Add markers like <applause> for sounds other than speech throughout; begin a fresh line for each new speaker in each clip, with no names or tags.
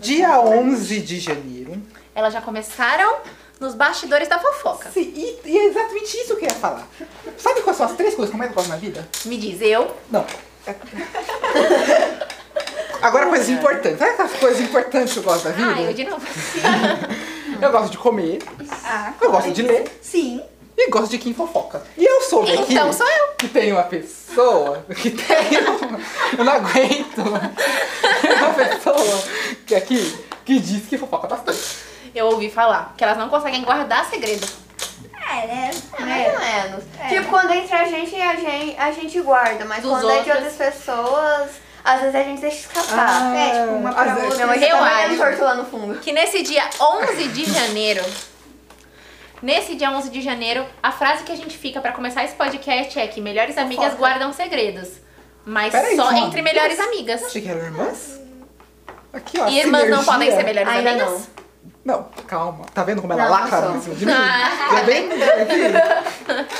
Dia 11 de janeiro.
Elas já começaram nos bastidores da fofoca.
Sim, e, e é exatamente isso que eu ia falar. Sabe quais são as três coisas que eu mais gosto na vida?
Me diz, eu? <laughs>
Não. Agora coisas importantes. Sabe aquelas coisas importantes que eu gosto da
Ah, eu
vida?
de novo.
Eu gosto de comer,
Ah,
eu gosto de ler
sim.
e gosto de quem fofoca. E eu soube aqui
Então sou eu.
é que tem uma pessoa que tem uma... Eu não aguento. <laughs> Tem uma pessoa que é aqui que diz que fofoca bastante.
Eu ouvi falar que elas não conseguem guardar segredo.
É, né?
Mais ou menos.
É.
Tipo, quando entra a gente, a gente, a gente guarda, mas
Dos
quando é de
outros.
outras pessoas, às vezes a gente deixa
Ah,
escapar.
É, tipo, uma
às
pra
vezes-
Minha
outra.
mãe
Eu
tá
acho.
trabalhando torto lá no fundo.
Que nesse dia 11 de janeiro, nesse dia 11 de janeiro, a frase que a gente fica pra começar esse podcast é que melhores amigas guardam segredos, mas
Peraí,
só
são
entre melhores
Eu
amigas.
Achei que eram irmãs. Aqui, ó.
E irmãs não
sinergia.
podem ser melhores
Ainda
amigas?
Não, calma. Tá vendo como ela
Não,
lacra
não
em cima de mim?
Ah, <laughs>
Tá vendo?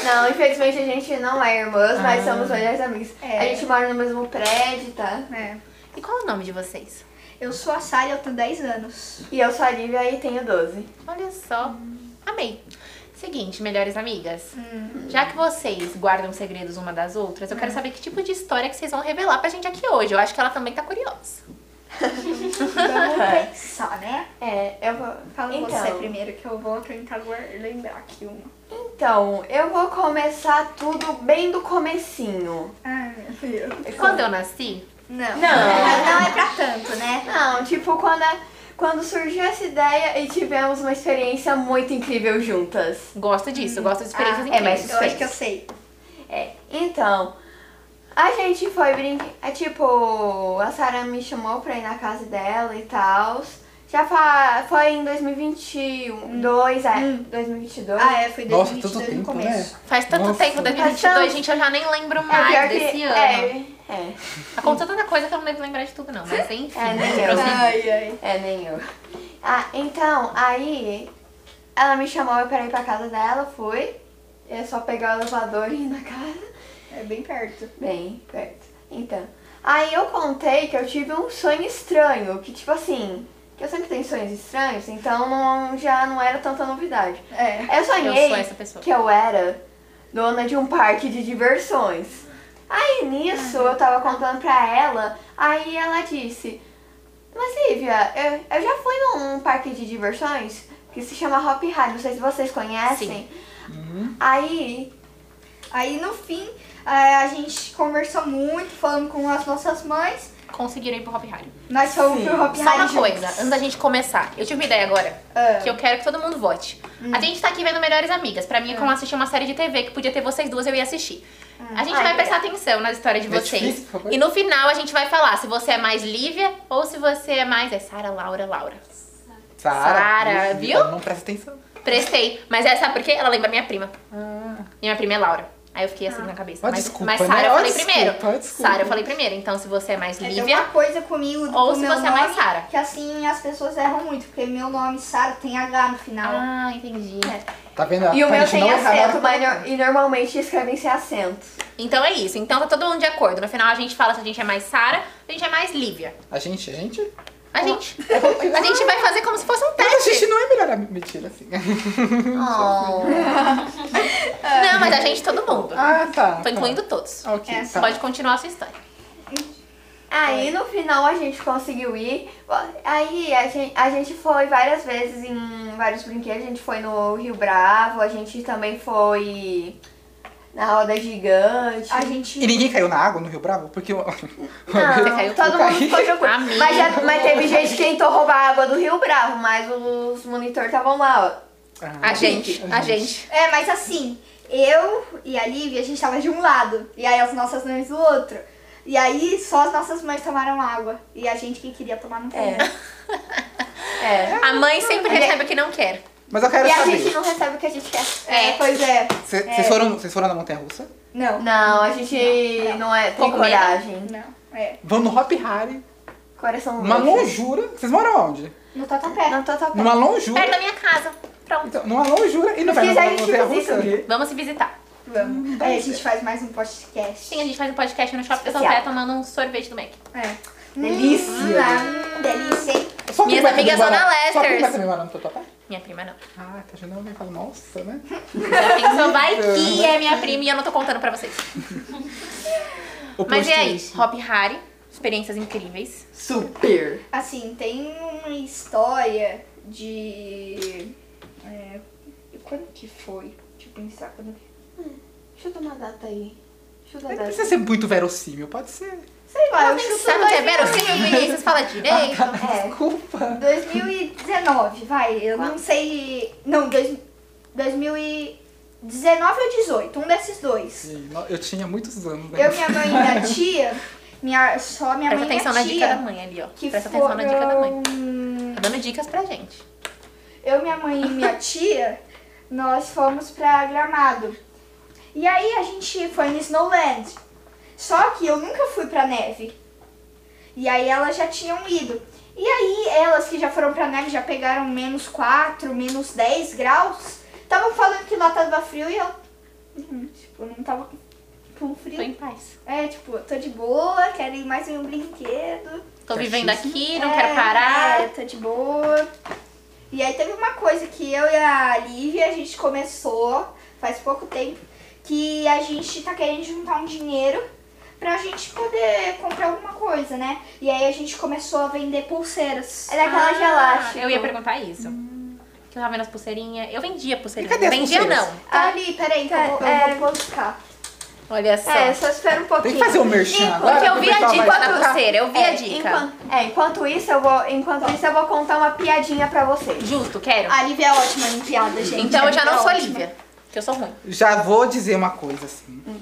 Não, infelizmente a gente não é irmãs, mas somos melhores amigas.
É.
A gente mora no mesmo prédio, tá?
É.
E qual é o nome de vocês?
Eu sou a Sally, eu tenho 10 anos.
E eu sou a Lívia e tenho 12.
Olha só.
Hum.
Amei. Seguinte, melhores amigas. Já que vocês guardam segredos uma das outras, eu quero
Hum.
saber que tipo de história que vocês vão revelar pra gente aqui hoje. Eu acho que ela também tá curiosa.
Vamos Então, pensar, né?
É, eu vou.
Fala
então,
você primeiro, que eu vou tentar guar- lembrar aqui uma.
Então, eu vou começar tudo bem do comecinho.
Ai, meu Deus.
Quando eu nasci,
Não.
Não.
Não é pra tanto, né?
Não, tipo, quando, a- quando surgiu essa ideia e tivemos uma experiência muito incrível juntas.
gosto disso, gosto de experiências
Ah, é,
incríveis.
mas
Eu acho que eu sei.
É, então, a gente foi brincar. É, tipo, a Sarah me chamou pra ir na casa dela e tal. Já fa... foi em 2021, dois, é, 2022.
Ah, é, foi
Nossa,
2022
tanto
no
tempo,
começo.
né?
Faz tanto
Nossa.
tempo, 2022,
Faz tanto-
gente, eu já nem lembro
É,
mais desse ano.
É, é,
Aconteceu tanta coisa que eu não devo lembrar de tudo, não. Mas enfim.
É, nem eu.
prossiga.
Ai, ai.
é, nem eu. Ah, então, aí ela me chamou pra ir pra casa dela, fui. É só pegar o elevador e ir na casa.
É bem perto.
Bem perto. Então. Aí eu contei que eu tive um sonho estranho, que tipo assim, que eu sempre tenho sonhos estranhos, então não, já não era tanta novidade.
É.
Eu sonhei
sou essa pessoa.
que eu era dona de um parque de diversões. Aí nisso eu tava contando pra ela, aí ela disse, mas Lívia, eu, eu já fui num parque de diversões que se chama Hop High, não sei se vocês conhecem.
Sim.
Aí
Aí no fim, é, a gente conversou muito, falando com as nossas mães.
Conseguiram ir pro Hop Harry.
Nós fomos
Sim.
pro Hop
Só uma
Harry
coisa,
juntos.
antes da gente começar. Eu tive uma ideia agora,
Ah.
que eu quero que todo mundo vote.
Hum.
A gente tá aqui vendo Melhores Amigas. Pra mim é como assistir uma série de TV que podia ter vocês duas, eu ia assistir. A gente
Ai,
vai prestar atenção na história de
Ah. Netflix,
vocês.
por favor.
E no final a gente vai falar se você é mais Lívia ou se você é mais. É Sara, Laura, Laura.
Sara,
Sara,
isso,
viu?
Não presta atenção.
Prestei. Mas é, sabe por quê? Ela lembra minha prima. Minha prima é Laura. Aí eu fiquei assim na cabeça.
Ah. Ó,
mas
desculpa,
mas Sara
né?
eu
Ó,
falei
desculpa, ó,
primeiro.
desculpa.
Sara eu falei primeiro. Então se você é mais
É, tem
Lívia.
uma coisa comigo do
Ou
com
se
meu
você é
nome,
mais Sara.
que assim as pessoas erram muito, porque meu nome Sara tem H no final.
Ah, entendi.
Tá vendo?
E o
Pra
meu
gente
tem
não errar na hora
acento,
que
mas
colocar.
no- e normalmente escrevem sem acento.
Então é isso. Então tá todo mundo de acordo. No final a gente fala se a gente é mais Sara, se a gente é mais Lívia.
A gente, a gente?
A gente. A gente vai fazer como se fosse um
A gente
teste.
não é melhor amiga. Mentira,
<laughs>
assim.
Não, mas a gente, todo mundo.
Ah, tá.
Tô
tá.
incluindo todos.
Ah, ok,
É,
tá.
Pode continuar a sua história.
Aí no final a gente conseguiu ir. Aí a gente, a gente foi várias vezes em vários brinquedos. A gente foi no Rio Bravo, a gente também foi na roda gigante.
A gente
E ninguém caiu na água no Rio Bravo? Porque eu...
Você caiu?
Não, Ah, todo
Eu caí.
mundo foi
A
jogando.
minha.
Mas, já- mas teve gente que tentou roubar a água do Rio Bravo, mas os monitores estavam lá, ó.
<laughs> Ah,
A gente. A gente.
É, mas assim, eu e a Lívia, a gente tava de um lado, e aí as nossas mães do outro. E aí só as nossas mães tomaram água. E a gente que queria tomar não tomou.
É. É.
A mãe sempre recebe o que não quer.
Mas eu quero
E a
saber.
gente não recebe o que a gente quer.
É.
Pois é.
Vocês foram, vocês foram na Montanha Russa?
Não.
Não, a gente não, é. Tem
Pouco medo.
coragem.
Não. É.
Vão no Hop Harry.
Coração
Uma
roxo.
lonjura. Vocês moram onde?
No tatuapé.
Não tô topando.
Numa lonjura.
É, Perto da minha casa. Pronto.
Não, não é não jura e não vai na
Se quiser, a gente
assim,
montanha
visita
é russa.
um
Vamos se visitar.
Vamos. Aí a gente faz mais um podcast.
Hum, Sim, a gente faz um podcast no shopping
Especial.
Pessoal Pé tomando um sorvete do Mac.
É.
Delícia. tá
Hum, delícia, hein?
Só
é.
quem
Minhas
vai
amigas
comer banana-
Zona
Só quem vai
Lesters.
comer banana no tatuapé?
Minha prima não.
Ah, tá achando vai falar, nossa, né?
Só quem só vai que é minha prima e eu não tô contando pra vocês.
O
Mas
post
e aí?
isso.
Hop Harry, experiências incríveis.
Super.
Assim, tem uma história de. é, quando que foi? Deixa eu pensar quando que.
Deixa eu tomar uma data aí. Deixa eu dar
Não
data.
precisa ser muito verossímil, pode ser.
Sei lá, Ah, eu chuto
Sabe o que é verossímil? Vocês falam direito.
É,
Ah, tá, Desculpa.
2019, vai. Eu não sei. Não, dois, 2019 ou 18, um desses dois.
Sim, no- Eu tinha muitos anos, né?
Eu, minha mãe e
<laughs>
minha tia, minha, só minha
Presta
mãe e
atenção na
minha
dica da
tia.
mãe ali, ó.
Que
Presta atenção na dica da mãe.
foram-
Tá dando dicas pra gente.
eu, minha mãe e minha tia, nós fomos pra Gramado. E aí a gente foi no Snowland. Só que eu nunca fui pra neve. E aí elas já tinham ido. E aí elas que já foram pra neve, já pegaram menos 4, menos 10 graus, estavam falando que lá tava frio e eu. hum, Tipo, não tava com
Tô em
frio.
paz.
É, tipo, tô de boa, quero ir mais em um brinquedo.
Tô
Tá
vivendo
chique.
aqui, não
É,
quero parar.
É, tá de boa. E aí teve uma coisa que eu e a Lívia, a gente começou faz pouco tempo, que a gente tá querendo juntar um dinheiro pra gente poder comprar alguma coisa, né? E aí a gente começou a vender pulseiras. Ah.
É daquela de elástico.
Eu ia perguntar isso. Que eu tava vendo as pulseirinhas. Eu vendia pulseirinha.
E cadê as
vendia
pulseiras?
não.
Tá ali, peraí, que eu vou,
é.
eu vou buscar.
Olha só.
É, só espera um pouquinho.
<laughs> Tem que fazer um merchan
Enquanto-
agora.
Porque eu vi a
pessoal
dica
vai-
da pulseira, eu vi a
É,
dica.
enquanto- é, enquanto isso, eu vou,
Tá.
enquanto isso, eu vou contar uma piadinha pra vocês.
Justo, quero.
A Lívia é ótima em piada, gente.
então
A
eu já não
Lívia
sou
é ótima.
Lívia. Porque eu sou ruim.
Já vou dizer uma coisa, assim.
Hum.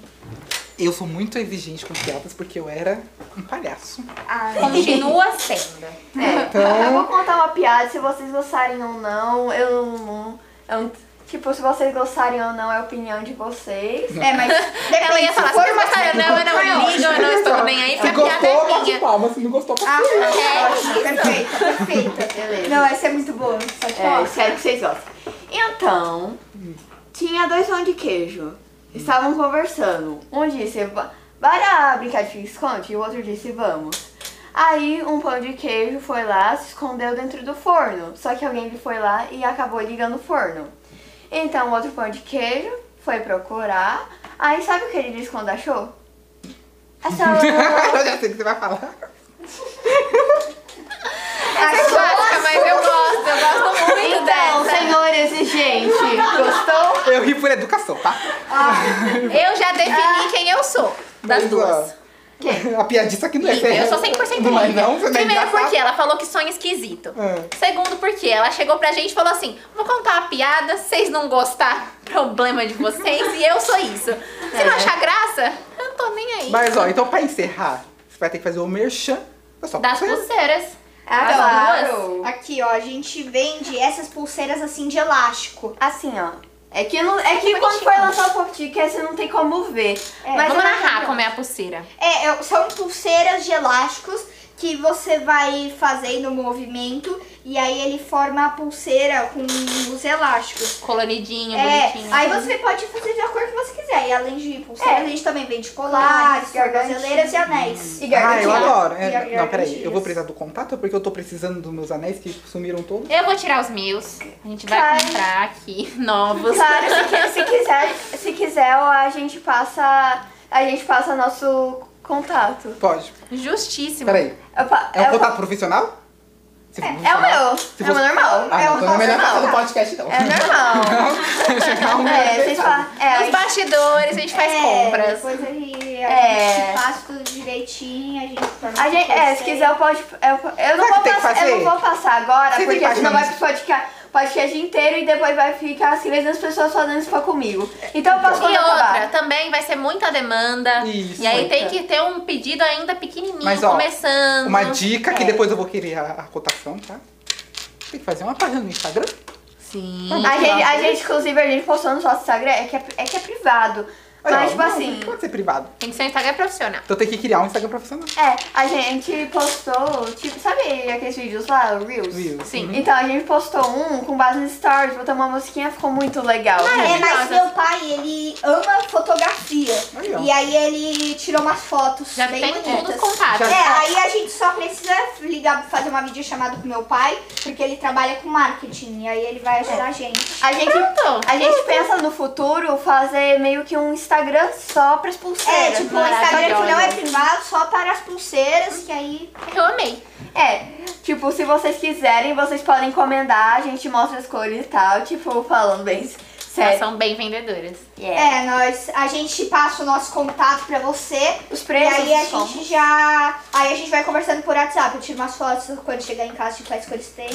Eu sou muito exigente com piadas porque eu era um palhaço.
Ah,
Continua sendo.
É,
Então-
Eu vou contar uma piada, se vocês gostarem ou não, eu não... eu- tipo, se vocês gostarem ou não, é opinião de vocês.
<laughs>
é, mas depende,
Ela ia falar,
se
se
for
eu
uma
gostar, não, eu não ligo, eu não estou nem aí, porque
Se
a piada
gostou,
é
bate
minha.
palma. Se não gostou,
Ah,
bate
assim,
ótima,
"É,
perfeita, perfeita.
Beleza.
Não, essa é muito boa. Só te
É,
falar.
espero que vocês gostem. Então, tinha dois pão de queijo. Estavam conversando. Um disse, "Va- bora brincar de esconde? E o outro disse, vamos. Aí, um pão de queijo foi lá, se escondeu dentro do forno. Só que alguém foi lá e acabou ligando o forno. Então, o outro pão de queijo foi procurar. Aí, sabe o que ele disse quando achou?
<laughs>
Essa...
<laughs> Eu já sei o que você vai falar.
É clássica, mas eu gosto, eu gosto muito
Então,
dessa.
senhores e gente, gostou?
Eu ri por educação, tá?
Eu já defini quem eu sou, das
Mas,
duas.
ó, A piadista aqui não é
Lívia, eu sou
séria.
100%
Não é
Lívia.
não, você não é
né? Primeiro
engraçada.
porque ela falou que sonha esquisito.
Ah.
Segundo porque ela chegou pra gente e falou assim, vou contar uma piada, vocês não gostar, problema de vocês, e eu sou isso. Se não achar graça, eu não tô nem aí.
Mas ó, então pra encerrar, você vai ter que fazer o merchan Tá da sua
Das
pulseira.
pulseiras.
Ah,
As
claro.
duas?
Aqui, ó, a gente vende essas pulseiras assim de elástico.
Assim, ó. É que, não, é que quando foi lançar o podcast não tem como ver. mas
Vamos
eu-
narrar como é a pulseira.
É, é, são pulseiras de elásticos que você vai fazendo o movimento e aí ele forma a pulseira com os elásticos.
Coloridinho,
É,
bonitinho.
aí você pode fazer da cor que você quiser. E além de pulseiras,
né? É.
a gente também vende colares,
Colares,
tornozeleiras e anéis.
E
Ah, eu
Gargantilha.
adoro. É,
E a- e
não, peraí,
gargantilhas.
eu vou precisar do contato porque eu tô precisando dos meus anéis que sumiram todos.
Eu vou tirar os meus. A gente vai
Claro.
comprar aqui <laughs> novos.
Claro, se, qui- se quiser, se quiser, ó, a gente passa. A gente passa nosso contato.
Pode.
Tá Justíssimo.
Peraí,
Eu pa-
é um
eu pa-
contato profissional? Se for
é o
profissional-
meu.
Se
é o
fosse-
meu normal.
Ah,
é o
não, então não é melhor passar
normal.
do podcast, não.
É normal.
<laughs> Chegar um
É, vocês falam. É,
Os bastidores, a gente faz
É,
compras.
Depois a gente, a
É.
gente faz tudo direitinho, a gente forma
A gente, é, se
pulseira.
quiser eu pode. Eu, eu, não,
Sabe o
vou
que tem que
passar, eu
fazer?
não vou passar agora,
Você tem
porque
página
senão
no-
vai pro podcast, podcast inteiro e depois vai ficar assim, mesmo as pessoas fazendo isso pra comigo. Então eu passo
E
quando
outra,
acabar.
também vai ser muita demanda.
Isso.
E aí tem
Muita.
que ter um pedido ainda pequenininho,
Mas, ó,
começando.
Uma dica que
É.
depois eu vou querer a, a cotação, tá? Tem que fazer uma página no Instagram.
Sim.
Vamos.
A gente, a gente, inclusive, a gente postou no nosso Instagram, é que é, pri- é que é privado.
Olha,
Mas,
ó,
tipo
não,
assim-
não Pode ser privado.
Tem que ser um Instagram profissional.
Então tem que criar um Instagram profissional.
É, a gente postou, tipo, sabe aqueles vídeos lá, o Reels?
Viu?
Sim.
Uhum.
Então, a gente postou um com base nos stories, botou uma musiquinha, ficou muito legal.
É, mas
Maravilhosas.
meu pai, ele ama fotografia.
Aí, ó.
e aí ele tirou umas fotos
Já
bem
tem
bonitas.
tudo contado.
É, aí a gente só precisa ligar, fazer uma videochamada com meu pai, porque ele trabalha com marketing, e aí ele vai ajudar a gente.
A gente,
Pronto.
a gente pensa no futuro fazer meio que um Instagram só pras
É,
pulseiras.
tipo, um Instagram que não é
maravilhosa.
privado, só para as pulseiras, que aí...
Eu amei.
É, tipo, se vocês quiserem, vocês podem encomendar, a gente mostra as cores e tal, tipo, falando bem
Elas
sério.
são bem vendedoras.
Yeah.
É, nós, a gente passa o nosso contato pra você,
Os
e
preços
aí a
são-
gente já... Aí a gente vai conversando por WhatsApp, eu tiro umas fotos quando chegar em casa, de quais cores tem.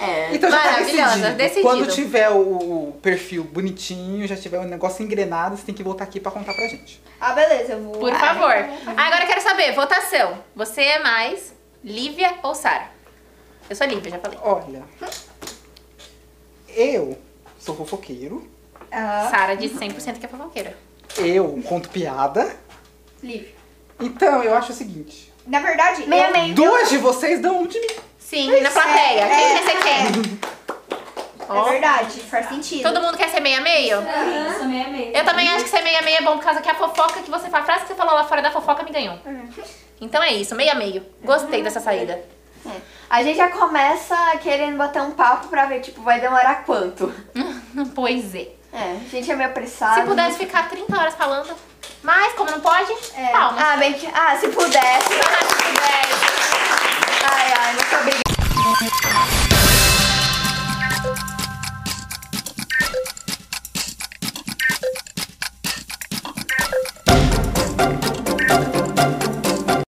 É.
Então já tá
Maravilhosa,
decidido.
decidido.
Quando tiver o, o perfil bonitinho, já tiver o negócio engrenado, você tem que voltar aqui pra contar pra gente.
Ah, beleza, eu vou...
Por
Ah,
favor. Agora eu quero saber, votação. Você é mais Lívia ou Sara? Eu sou Lívia, já falei.
Olha, eu sou fofoqueiro,
Ah,
Sara disse 100% que é fofoqueira.
eu conto piada,
livre.
então eu acho o seguinte.
Na verdade,
Meia,
eu-
meia. Entendeu?
Duas de vocês dão um de mim.
Sim, na plateia.
é,
Quem
é.
que você quer? Ó,
É verdade, faz sentido.
Todo mundo quer ser meia-meio?
Isso, meia meia.
Eu também acho que ser meia-meia é bom por causa que a fofoca que você faz, a frase que você falou lá fora da fofoca me ganhou. Então é isso, meia-meio. Gostei dessa saída. <laughs>
É. A gente já começa querendo bater um papo pra ver, tipo, vai demorar quanto.
Pois é.
É, a gente é meio apressado.
Se pudesse ficar 30 horas falando, mas como não pode,
É.
palmas.
Ah, bem que...
<laughs>
Ah, se pudesse.
Se pudesse.
Ai, ai, muito obrigada.